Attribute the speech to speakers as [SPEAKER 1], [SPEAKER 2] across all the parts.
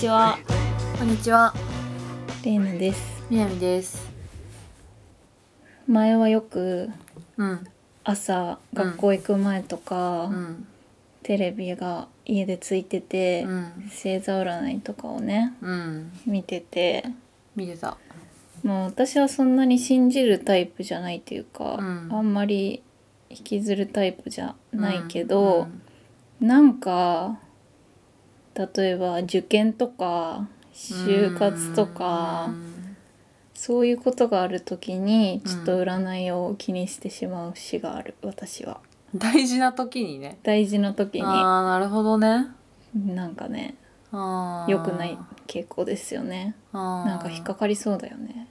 [SPEAKER 1] ちは。
[SPEAKER 2] こんにちは、
[SPEAKER 3] レイナです
[SPEAKER 2] みなみです。
[SPEAKER 3] 前はよく
[SPEAKER 2] うん、
[SPEAKER 3] 朝
[SPEAKER 2] うん
[SPEAKER 3] 学校行く前とか、
[SPEAKER 2] うん、
[SPEAKER 3] テレビが家でついてて、
[SPEAKER 2] うん、
[SPEAKER 3] 星座占いとかをね
[SPEAKER 2] うん、
[SPEAKER 3] 見てて
[SPEAKER 2] 見てた。
[SPEAKER 3] まあ私はそんなに信じるタイプじゃないというか、
[SPEAKER 2] うん
[SPEAKER 3] あんまり引きずるタイプじゃないけど、
[SPEAKER 2] うん
[SPEAKER 3] なんか例えば受験とか就活とか、
[SPEAKER 2] うん
[SPEAKER 3] そういうことがある時に
[SPEAKER 2] うん
[SPEAKER 3] ちょっと占いを気にしてしまう節がある私は
[SPEAKER 2] 大事な時にね。
[SPEAKER 3] 大事な時に
[SPEAKER 2] ああ、なるほどね。
[SPEAKER 3] なんかね
[SPEAKER 2] ああ、
[SPEAKER 3] 良くない傾向ですよね
[SPEAKER 2] あー
[SPEAKER 3] なんか引っかかりそうだよね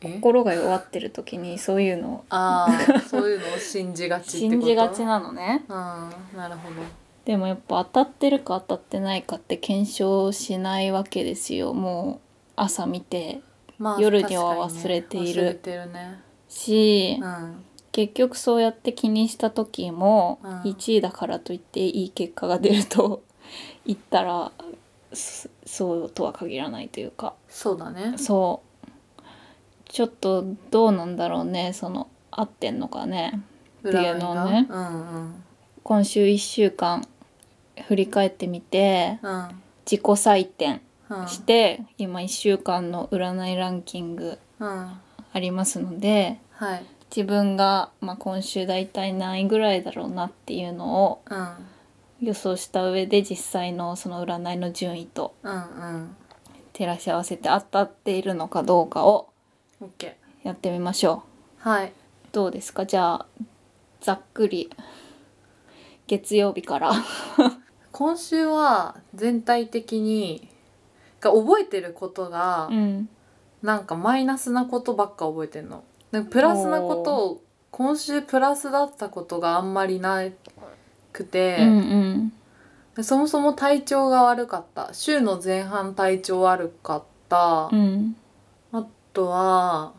[SPEAKER 2] え
[SPEAKER 3] 心が弱ってる時にそういうのを
[SPEAKER 2] ああ、そういうのを信じがちってこ
[SPEAKER 3] 信
[SPEAKER 2] と。
[SPEAKER 3] じがちなのね
[SPEAKER 2] ああ、なるほど。
[SPEAKER 3] でもやっぱ当たってるか当たってないかって検証しないわけですよもう朝見て
[SPEAKER 2] ま
[SPEAKER 3] 夜には
[SPEAKER 2] 確かにね
[SPEAKER 3] 忘れている
[SPEAKER 2] 忘れてるね。
[SPEAKER 3] し、
[SPEAKER 2] うん。
[SPEAKER 3] 結局そうやって気にした時も
[SPEAKER 2] うん
[SPEAKER 3] 1位だからといっていい結果が出ると 言ったらそそうとは限らないというか
[SPEAKER 2] そうだね。
[SPEAKER 3] そうちょっとどうなんだろうねその合ってんのかね
[SPEAKER 2] って
[SPEAKER 3] いうのをね
[SPEAKER 2] うんうん。
[SPEAKER 3] 今週1週間振り返ってみて
[SPEAKER 2] うん。
[SPEAKER 3] 自己採点
[SPEAKER 2] うん。
[SPEAKER 3] して、今1週間の占いランキング
[SPEAKER 2] うん。
[SPEAKER 3] ありますので
[SPEAKER 2] はい。
[SPEAKER 3] 自分が、まあ、今週大体何位ぐらいだろうなっていうのを
[SPEAKER 2] うん。
[SPEAKER 3] 予想した上で実際のその占いの順位と
[SPEAKER 2] うんうん。
[SPEAKER 3] 照らし合わせて当たっているのかどうかを
[SPEAKER 2] オッケー。
[SPEAKER 3] やってみましょ
[SPEAKER 2] はい。
[SPEAKER 3] うどうですかじゃあざっくり月曜日から
[SPEAKER 2] 今週は全体的にが覚えてることが、
[SPEAKER 3] うん
[SPEAKER 2] なんかマイナスなことばっか覚えてんの。なんかプラスなことを今週プラスだったことがあんまりなくて、
[SPEAKER 3] うんうん
[SPEAKER 2] でそもそも体調が悪かった週の前半体調悪かった、
[SPEAKER 3] うん
[SPEAKER 2] あとは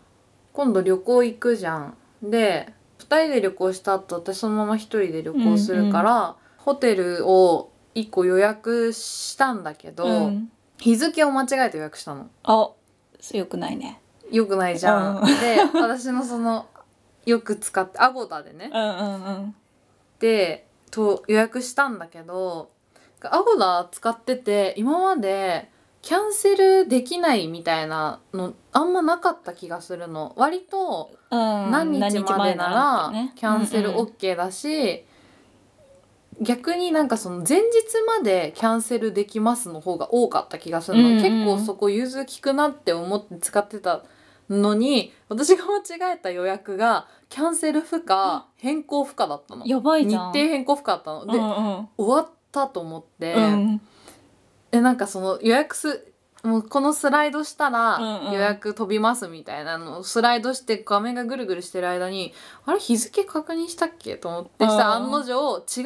[SPEAKER 2] 今度旅行行くじゃん。で2人で旅行した後私そのまま1人で旅行するから、ホテルを1個予約したんだけど、
[SPEAKER 3] うん
[SPEAKER 2] 日付を間違えて予約したの。
[SPEAKER 3] あそうよくないね
[SPEAKER 2] よくないじゃん。
[SPEAKER 3] うん
[SPEAKER 2] で私のそのよく使ってアゴダでね。
[SPEAKER 3] うんうんうん
[SPEAKER 2] でと予約したんだけどアゴダ使ってて今までキャンセルできないみたいなのあんまなかった気がするの。割と何日までならキャンセル OK だし、逆になんかその前日までキャンセルできますの方が多かった気がするの、
[SPEAKER 3] うんうん
[SPEAKER 2] 結構そこ融通きくなって思って使ってたのに私が間違えた予約がキャンセル不可変更不可だったの
[SPEAKER 3] やばい
[SPEAKER 2] 日
[SPEAKER 3] じゃん
[SPEAKER 2] 程変更不可だったので、終わったと思って、
[SPEAKER 3] うんうん
[SPEAKER 2] えなんかその予約すもうこのスライドした
[SPEAKER 3] うんう
[SPEAKER 2] ら
[SPEAKER 3] ん
[SPEAKER 2] 予約飛びますみたいなのをスライドして画面がぐるぐるしてる間にあれ日付確認したっけと思ってしたら
[SPEAKER 3] うん
[SPEAKER 2] 案の定違う日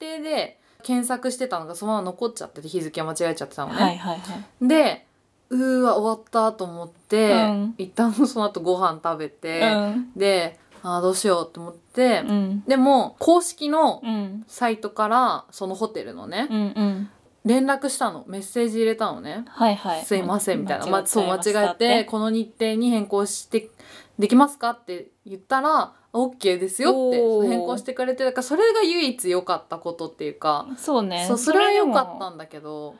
[SPEAKER 2] 程で検索してたのがそのまま残っちゃってて日付間違えちゃってたのね。
[SPEAKER 3] はいはいはい
[SPEAKER 2] でうーわ終わったと思って、
[SPEAKER 3] うん
[SPEAKER 2] 一旦その後ご飯食べて、
[SPEAKER 3] うん
[SPEAKER 2] であーどうしようと思って、
[SPEAKER 3] うん
[SPEAKER 2] でも公式の
[SPEAKER 3] うん
[SPEAKER 2] サイトからそのホテルのね、
[SPEAKER 3] うんうん
[SPEAKER 2] 連絡したのメッセージ入れたのね。
[SPEAKER 3] はいはい
[SPEAKER 2] すいませんみたいな、ま
[SPEAKER 3] え
[SPEAKER 2] そう間
[SPEAKER 3] ました
[SPEAKER 2] 違え
[SPEAKER 3] って
[SPEAKER 2] この日程に変更してできますかって言ったら OK ですよって
[SPEAKER 3] おー
[SPEAKER 2] 変更してくれてだからそれが唯一良かったことっていうか、
[SPEAKER 3] そうね
[SPEAKER 2] そうそれは良かった
[SPEAKER 3] っ
[SPEAKER 2] んだけど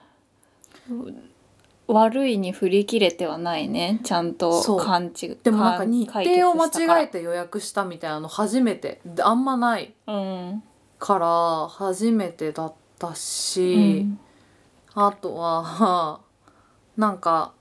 [SPEAKER 3] た悪いに振り切れてはないねちゃん
[SPEAKER 2] そ
[SPEAKER 3] と
[SPEAKER 2] う
[SPEAKER 3] 勘違い
[SPEAKER 2] でもなんか
[SPEAKER 3] 勘
[SPEAKER 2] 日程を
[SPEAKER 3] 解決したから
[SPEAKER 2] 間違えて予約したみたいなの初めてであんまない
[SPEAKER 3] うん
[SPEAKER 2] から初めてだったし、
[SPEAKER 3] うん
[SPEAKER 2] あとはなんか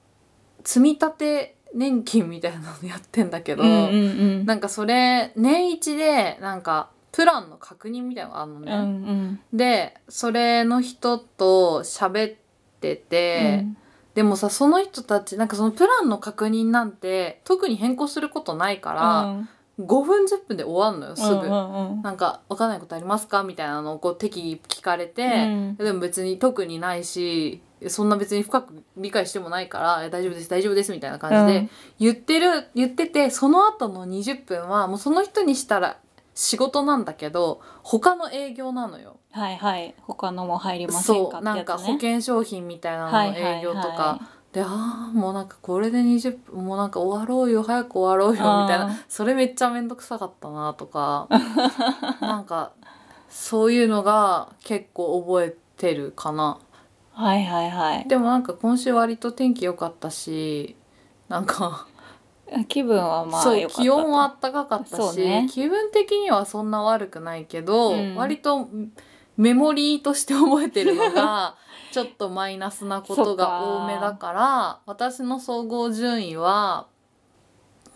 [SPEAKER 2] 積み立て年金みたいなのやってんだけど。
[SPEAKER 3] うんうん
[SPEAKER 2] なんかそれ年一でなんかプランの確認みたいなのがあるの
[SPEAKER 3] うんう
[SPEAKER 2] ね。
[SPEAKER 3] ん
[SPEAKER 2] でそれの人と喋ってて、
[SPEAKER 3] うん
[SPEAKER 2] でもさその人たちなんかそのプランの確認なんて特に変更することないから、
[SPEAKER 3] うん
[SPEAKER 2] 5分10分で終わんのよすぐ。
[SPEAKER 3] うんうん
[SPEAKER 2] なんか分かんないことありますかみたいなのをこう適宜聞かれて、
[SPEAKER 3] うん
[SPEAKER 2] でも別に特にないしそんな別に深く理解してもないからえ大丈夫です大丈夫ですみたいな感じ
[SPEAKER 3] う
[SPEAKER 2] で
[SPEAKER 3] ん
[SPEAKER 2] 言ってる、言っててその後の20分はもうその人にしたら仕事なんだけど他の営業なのよ。
[SPEAKER 3] はいはい他のも入りません
[SPEAKER 2] そ
[SPEAKER 3] か
[SPEAKER 2] う
[SPEAKER 3] って
[SPEAKER 2] なん
[SPEAKER 3] や
[SPEAKER 2] か
[SPEAKER 3] つ
[SPEAKER 2] 保
[SPEAKER 3] ね
[SPEAKER 2] 険商品みたいな
[SPEAKER 3] は
[SPEAKER 2] の
[SPEAKER 3] い
[SPEAKER 2] の
[SPEAKER 3] はい
[SPEAKER 2] 営業とか、
[SPEAKER 3] は
[SPEAKER 2] でああもうなんかこれで20分もうなんか終わろうよ早く終わろうよ
[SPEAKER 3] あー
[SPEAKER 2] みたいなそれめっちゃ面倒くさかったなとか なんかそういうのが結構覚えてるかな。
[SPEAKER 3] いはいはい
[SPEAKER 2] でもなんか今週割と天気良かったしなんか、
[SPEAKER 3] 気分はま
[SPEAKER 2] そ
[SPEAKER 3] あ
[SPEAKER 2] う
[SPEAKER 3] 良かったと
[SPEAKER 2] 気温は暖かかった
[SPEAKER 3] そう
[SPEAKER 2] し、
[SPEAKER 3] ね
[SPEAKER 2] 気分的にはそんな悪くないけど、
[SPEAKER 3] うん
[SPEAKER 2] 割とメモリーとして覚えてる のがちょっとマイナスなことが多めだから私の総合順位は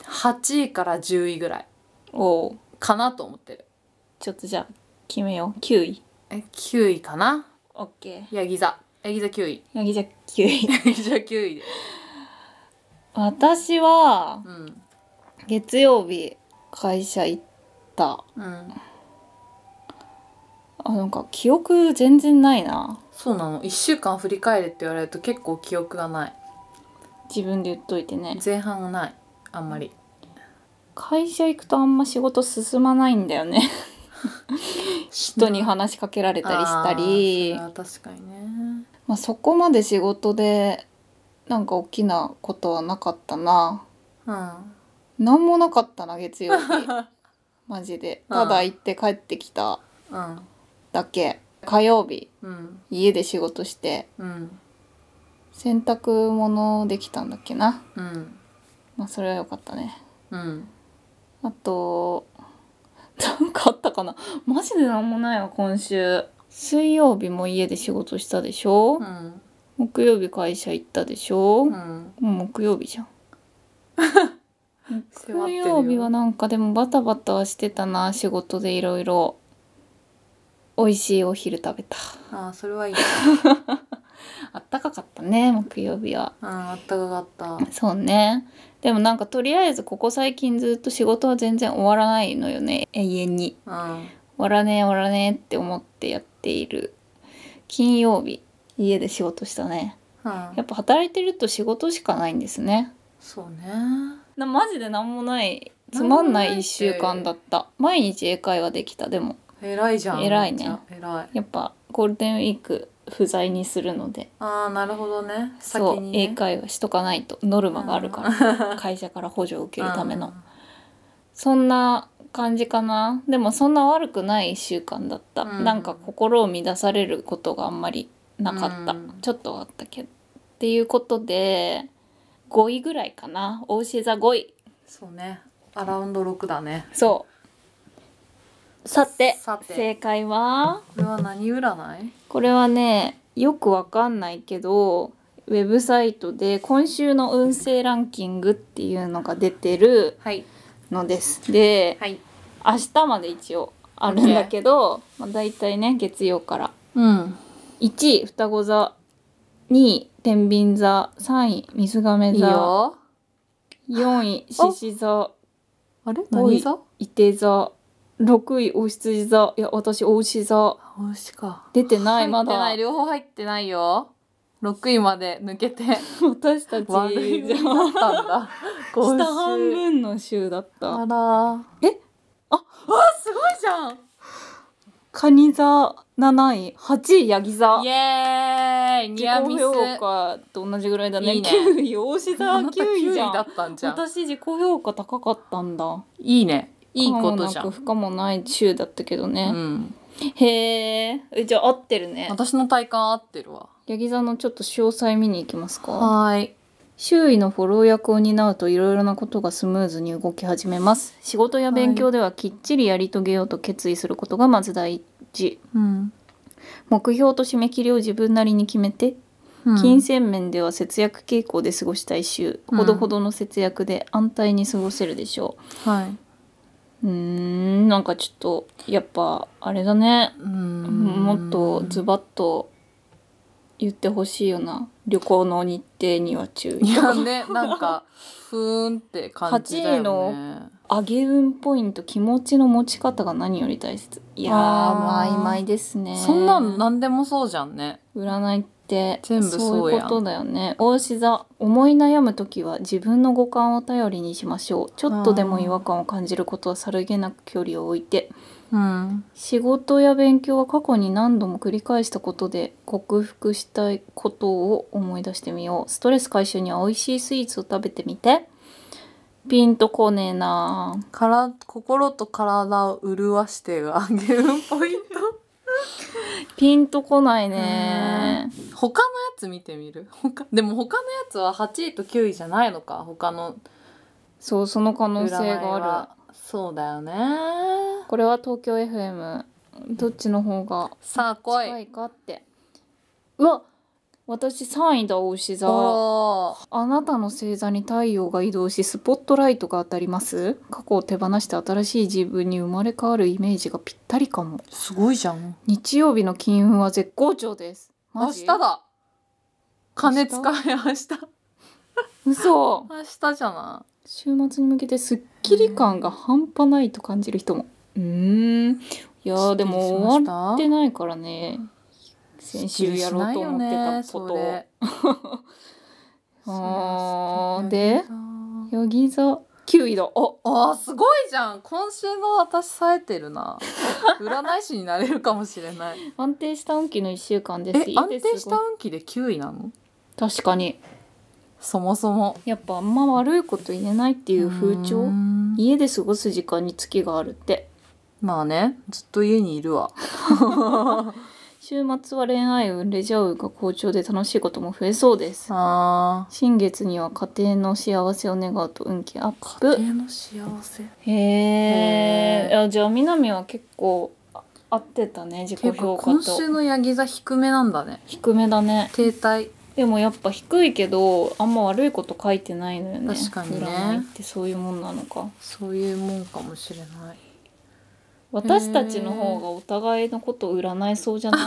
[SPEAKER 2] 8位から10位ぐらい
[SPEAKER 3] おう
[SPEAKER 2] かなと思ってる。
[SPEAKER 3] ちょっとじゃあ決めよう9位
[SPEAKER 2] え9位かな
[SPEAKER 3] OK
[SPEAKER 2] ヤギ座ヤギ座9位
[SPEAKER 3] ヤギじゃあ9位
[SPEAKER 2] ヤギ座9位で、
[SPEAKER 3] 私は
[SPEAKER 2] うん
[SPEAKER 3] 月曜日会社行った
[SPEAKER 2] うん、
[SPEAKER 3] あなんか記憶全然ないな
[SPEAKER 2] そうなの1週間振り返れって言われると結構記憶がない。
[SPEAKER 3] 自分で言っといてね
[SPEAKER 2] 前半がないあんまり
[SPEAKER 3] 会社行くとあんま仕事進まないんだよね 人に話しかけられたりしたり
[SPEAKER 2] あーそれは確かにね
[SPEAKER 3] まあ、そこまで仕事でなんか大きなことはなかったな
[SPEAKER 2] うん
[SPEAKER 3] 何もなかったな月 曜日マジでただ行って帰ってきた
[SPEAKER 2] うん
[SPEAKER 3] だけ火曜日
[SPEAKER 2] うん
[SPEAKER 3] 家で仕事して
[SPEAKER 2] うん
[SPEAKER 3] 洗濯物できたんだっけな
[SPEAKER 2] うん
[SPEAKER 3] まあそれは良かったね
[SPEAKER 2] うん
[SPEAKER 3] あとなんかあったかなマジで何もないわ今週水曜日も家で仕事したでしょ、
[SPEAKER 2] うん
[SPEAKER 3] 木曜日会社行ったでしょ、
[SPEAKER 2] うん
[SPEAKER 3] もう木曜日じゃん
[SPEAKER 2] 迫っ
[SPEAKER 3] 木
[SPEAKER 2] てるよ
[SPEAKER 3] 曜日はなんかでもバタバタはしてたな仕事でいろいろ美味しいお昼食べた
[SPEAKER 2] あーそれはいい
[SPEAKER 3] あったかかったね木曜日は
[SPEAKER 2] うんあったかかった
[SPEAKER 3] そうねでもなんかとりあえずここ最近ずっと仕事は全然終わらないのよね永遠に
[SPEAKER 2] うん
[SPEAKER 3] 終わらねえ終わらねえって思ってやっている金曜日家で仕事したね
[SPEAKER 2] うん
[SPEAKER 3] やっぱ働いてると仕事しかないんですね
[SPEAKER 2] そうね
[SPEAKER 3] なマジでなんもないつ
[SPEAKER 2] なんも
[SPEAKER 3] まん
[SPEAKER 2] な
[SPEAKER 3] ない
[SPEAKER 2] って
[SPEAKER 3] い1週間だった毎日英会話できたでも
[SPEAKER 2] 偉いじゃん
[SPEAKER 3] 偉いね
[SPEAKER 2] めっちゃ偉い
[SPEAKER 3] やっぱゴールデンウィーク不在にするので、
[SPEAKER 2] ああなるほどね先
[SPEAKER 3] そう
[SPEAKER 2] にね
[SPEAKER 3] 英会話しとかないとノルマがあるから
[SPEAKER 2] ら
[SPEAKER 3] 会社から補助を受けるためのそんな感じかなでもそんな悪くない1週間だった、
[SPEAKER 2] うん
[SPEAKER 3] なんか心を乱されることがあんまりなかった、
[SPEAKER 2] うん
[SPEAKER 3] ちょっとはあったけどっていうことで5位ぐらいかなおうし座5位
[SPEAKER 2] そうねアラウンド6だね
[SPEAKER 3] そうさて
[SPEAKER 2] さて
[SPEAKER 3] 正解は
[SPEAKER 2] これは何占い
[SPEAKER 3] これはねよくわかんないけどウェブサイトで今週の運勢ランキングっていうのが出てる
[SPEAKER 2] はい
[SPEAKER 3] のですで
[SPEAKER 2] はい
[SPEAKER 3] 明日まで一応あるんだけど、まあ、大体ね月曜から
[SPEAKER 2] うん
[SPEAKER 3] 1位双子座2位天秤座3位水
[SPEAKER 2] い
[SPEAKER 3] 亀
[SPEAKER 2] い
[SPEAKER 3] 座
[SPEAKER 2] よ
[SPEAKER 3] 4位獅子座
[SPEAKER 2] あれ
[SPEAKER 3] 何
[SPEAKER 2] 何座
[SPEAKER 3] 伊手座6位お羊座いや私お牛座
[SPEAKER 2] 美味しか
[SPEAKER 3] 出てないま
[SPEAKER 2] 入ってない
[SPEAKER 3] だ
[SPEAKER 2] 両方入ってないよ6位まで抜けて
[SPEAKER 3] 私たち
[SPEAKER 2] 悪い
[SPEAKER 3] じ
[SPEAKER 2] 運
[SPEAKER 3] ゃん
[SPEAKER 2] だったん だ今週
[SPEAKER 3] 下半分の週だっ
[SPEAKER 2] あ
[SPEAKER 3] た
[SPEAKER 2] ら
[SPEAKER 3] えあ
[SPEAKER 2] あすごいじゃん
[SPEAKER 3] カニ座7位8位ヤギ座
[SPEAKER 2] イエーイニアミス
[SPEAKER 3] 自己評価と同じぐらいだね
[SPEAKER 2] いいね
[SPEAKER 3] 9位大志座
[SPEAKER 2] あな
[SPEAKER 3] 9
[SPEAKER 2] た
[SPEAKER 3] 位じゃ
[SPEAKER 2] 9位だ
[SPEAKER 3] ん
[SPEAKER 2] ったんじゃん
[SPEAKER 3] 私自己評価高かったんだ
[SPEAKER 2] いいねいいことじゃ
[SPEAKER 3] 可もなく
[SPEAKER 2] ん
[SPEAKER 3] 不可もない週だったけど
[SPEAKER 2] う
[SPEAKER 3] ね、
[SPEAKER 2] ん
[SPEAKER 3] へーえじゃあ合ってるね
[SPEAKER 2] 私の体感合ってるわ
[SPEAKER 3] ヤギ座のちょっと詳細見に行きますか
[SPEAKER 2] はーい
[SPEAKER 3] 周囲のフォロー役を担うといろいろなことがスムーズに動き始めます仕事や勉強ではきっちりやり遂げようと決意することがまず大事
[SPEAKER 2] うん
[SPEAKER 3] 目標と締め切りを自分なりに決めて金銭面では節約傾向で過ごしたい週、
[SPEAKER 2] うん
[SPEAKER 3] ほどほどの節約で安泰に過ごせるでしょ
[SPEAKER 2] はいう
[SPEAKER 3] ううーんなんかちょっとやっぱあれだね
[SPEAKER 2] うーん
[SPEAKER 3] もっとズバッと言ってほしいよな旅行の日程には注
[SPEAKER 2] い
[SPEAKER 3] 意
[SPEAKER 2] や ねなんかふーんって感じだよね
[SPEAKER 3] 8上げ運ポイント気持ちの持ち方が何より大切いやー
[SPEAKER 2] あー
[SPEAKER 3] まあ曖昧ですね
[SPEAKER 2] そんなん何でもそうじゃんね
[SPEAKER 3] 占いって
[SPEAKER 2] 全部そうや
[SPEAKER 3] い
[SPEAKER 2] ん
[SPEAKER 3] うことだよね大志座思い悩む時は自分の五感を頼りにしましょうちょっとでも違和感を感じることはさりげなく距離を置いて
[SPEAKER 2] うん
[SPEAKER 3] 仕事や勉強は過去に何度も繰り返したことで克服したいことを思い出してみようストレス解消には美味しいスイーツを食べてみてピンとこねえな
[SPEAKER 2] から心と体を潤してあげるポイント
[SPEAKER 3] ピンとこないね
[SPEAKER 2] 他のやつ見てみる他でも他のやつは8位と9位じゃないのか他の
[SPEAKER 3] そうその可能
[SPEAKER 2] 占い
[SPEAKER 3] 性があ
[SPEAKER 2] はそうだよね
[SPEAKER 3] るこれは東京 FM どっちの方が
[SPEAKER 2] さあ来い
[SPEAKER 3] 近いかってうわ私3位だ大牛座
[SPEAKER 2] おー
[SPEAKER 3] あなたの星座に太陽が移動しスポットライトが当たります過去を手放して新しい自分に生まれ変わるイメージがぴったりかも
[SPEAKER 2] すごいじゃん
[SPEAKER 3] 日曜日の金運は絶好調です
[SPEAKER 2] 明
[SPEAKER 3] マジ
[SPEAKER 2] 日だ金使え明日
[SPEAKER 3] 嘘
[SPEAKER 2] 明日じゃな
[SPEAKER 3] 週末に向けてスッキリ感が半端ないと感じる人もうーんいやーでも終わってないからね先週やろうと思ってたことを あーでヨギ座9位だお
[SPEAKER 2] あーすごいじゃん今週の私冴えてる な占い師になれるかもしれ ない
[SPEAKER 3] 安定した運気の1週間です
[SPEAKER 2] え
[SPEAKER 3] いい
[SPEAKER 2] 安
[SPEAKER 3] です
[SPEAKER 2] 定した運気で9位なの
[SPEAKER 3] 確かに
[SPEAKER 2] そもそも
[SPEAKER 3] やっぱあんま悪いこと言えないっていう風
[SPEAKER 2] うー
[SPEAKER 3] 潮
[SPEAKER 2] ん
[SPEAKER 3] 家で過ごす時間に月があるって
[SPEAKER 2] まあねずっと家にいるわ
[SPEAKER 3] 週末は恋愛運レジャー運が好調で楽しいことも増えそうです
[SPEAKER 2] あ
[SPEAKER 3] 新月には家庭の幸せを願うと運気アッ
[SPEAKER 2] ー
[SPEAKER 3] プ
[SPEAKER 2] 家の幸せ
[SPEAKER 3] へえ
[SPEAKER 2] へー
[SPEAKER 3] いやじゃあ南は結構あ合ってたね自己
[SPEAKER 2] 結
[SPEAKER 3] 評
[SPEAKER 2] 構
[SPEAKER 3] 価
[SPEAKER 2] 今
[SPEAKER 3] と
[SPEAKER 2] 週のヤギ座低めなんだね
[SPEAKER 3] 低めだね
[SPEAKER 2] 停滞
[SPEAKER 3] でもやっぱ低いけどあんま悪いこと書いてないのよね
[SPEAKER 2] 確かにね
[SPEAKER 3] 占いってそういうもんなのか
[SPEAKER 2] そういうもんかもしれない
[SPEAKER 3] 私たちの方がお互いのことを占いそうじゃ ない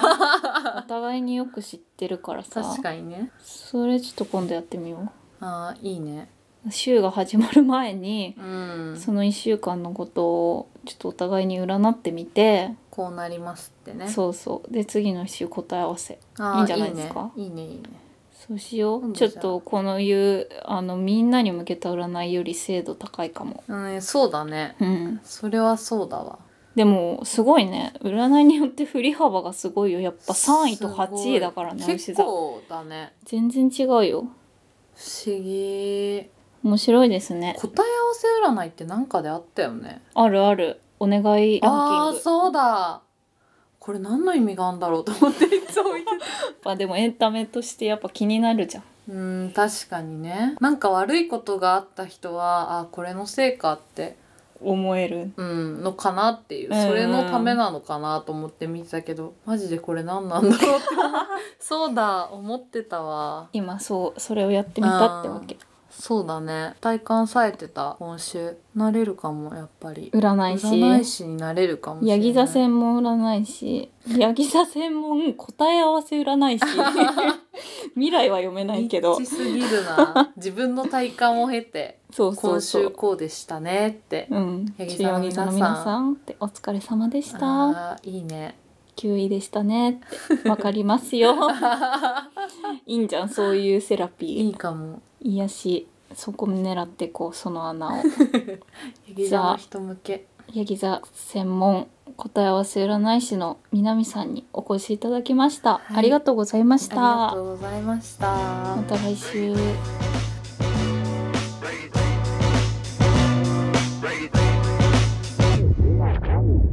[SPEAKER 3] お互いによく知ってるからさ
[SPEAKER 2] 確かにね
[SPEAKER 3] それちょっと今度やってみよ
[SPEAKER 2] あーいいね
[SPEAKER 3] う週が始まる前に
[SPEAKER 2] うん
[SPEAKER 3] その1週間のことをちょっとお互いに占ってみて
[SPEAKER 2] こうなりますってね
[SPEAKER 3] そうそうで次の週答え合わせ
[SPEAKER 2] あー
[SPEAKER 3] いいんじゃないですか
[SPEAKER 2] いいねいいねいいね
[SPEAKER 3] そうしよう
[SPEAKER 2] 今度
[SPEAKER 3] ち
[SPEAKER 2] じ
[SPEAKER 3] ょ
[SPEAKER 2] ゃ
[SPEAKER 3] っ
[SPEAKER 2] あ
[SPEAKER 3] とこのいうあのみんなに向けた占いより精度高いかも
[SPEAKER 2] うん、そうだね
[SPEAKER 3] うん
[SPEAKER 2] それはそうだわ
[SPEAKER 3] でもすごいね占いによって振り幅がすごいよやっぱ3位と8位だからね
[SPEAKER 2] すごい
[SPEAKER 3] 牛
[SPEAKER 2] 結
[SPEAKER 3] 座
[SPEAKER 2] 構だね
[SPEAKER 3] 全然違うよ
[SPEAKER 2] 不思議
[SPEAKER 3] 面白いですね
[SPEAKER 2] 答え合わせ占いってなんかであったよね
[SPEAKER 3] あるあるお願いラ
[SPEAKER 2] あ
[SPEAKER 3] ン
[SPEAKER 2] あ
[SPEAKER 3] キング
[SPEAKER 2] そうだこれ何の意味があるんだろうと思って いつも見てた
[SPEAKER 3] まあでもエンタメとしてやっぱ気になるじゃん
[SPEAKER 2] うん確かにねなんか悪いことがあった人はあこれのせいかって
[SPEAKER 3] 思える
[SPEAKER 2] うんのかなっていう
[SPEAKER 3] うんうん
[SPEAKER 2] それのためなのかなと思って見てたけどマジでこれ何なんだ ろうって思うそうだ思ってたわ
[SPEAKER 3] 今そうそれをやってみたってわけ
[SPEAKER 2] そうだね体感さえてた今週なれるかもやっぱり
[SPEAKER 3] 占い
[SPEAKER 2] 占い
[SPEAKER 3] 師
[SPEAKER 2] 師になれるかもし
[SPEAKER 3] ヤ
[SPEAKER 2] れない
[SPEAKER 3] ギ座専門占い師ヤギ座専門答え合わせ占 い師未来は読めないけど
[SPEAKER 2] 一致すぎる な自分の体感を経て
[SPEAKER 3] そうそう
[SPEAKER 2] 今
[SPEAKER 3] そう
[SPEAKER 2] 週こうでしたねって
[SPEAKER 3] うん、
[SPEAKER 2] ヤギ
[SPEAKER 3] ち
[SPEAKER 2] 座
[SPEAKER 3] な
[SPEAKER 2] の
[SPEAKER 3] みに
[SPEAKER 2] 皆さん
[SPEAKER 3] 皆さんってお疲れ様でした。
[SPEAKER 2] あーいい ね
[SPEAKER 3] 9位でしたねってわかります よ。いいんじゃんそういうセラ
[SPEAKER 2] い
[SPEAKER 3] ピ
[SPEAKER 2] いかも
[SPEAKER 3] ー、癒し、そこ狙ってこうその穴を。
[SPEAKER 2] ヤギ座の人向け
[SPEAKER 3] ヤギ座専門答え合わせ占い師の南さんにお越しいただきました。
[SPEAKER 2] はい
[SPEAKER 3] ありがとうございまし
[SPEAKER 2] ありが
[SPEAKER 3] た。
[SPEAKER 2] とうございました
[SPEAKER 3] また来週。
[SPEAKER 2] バイ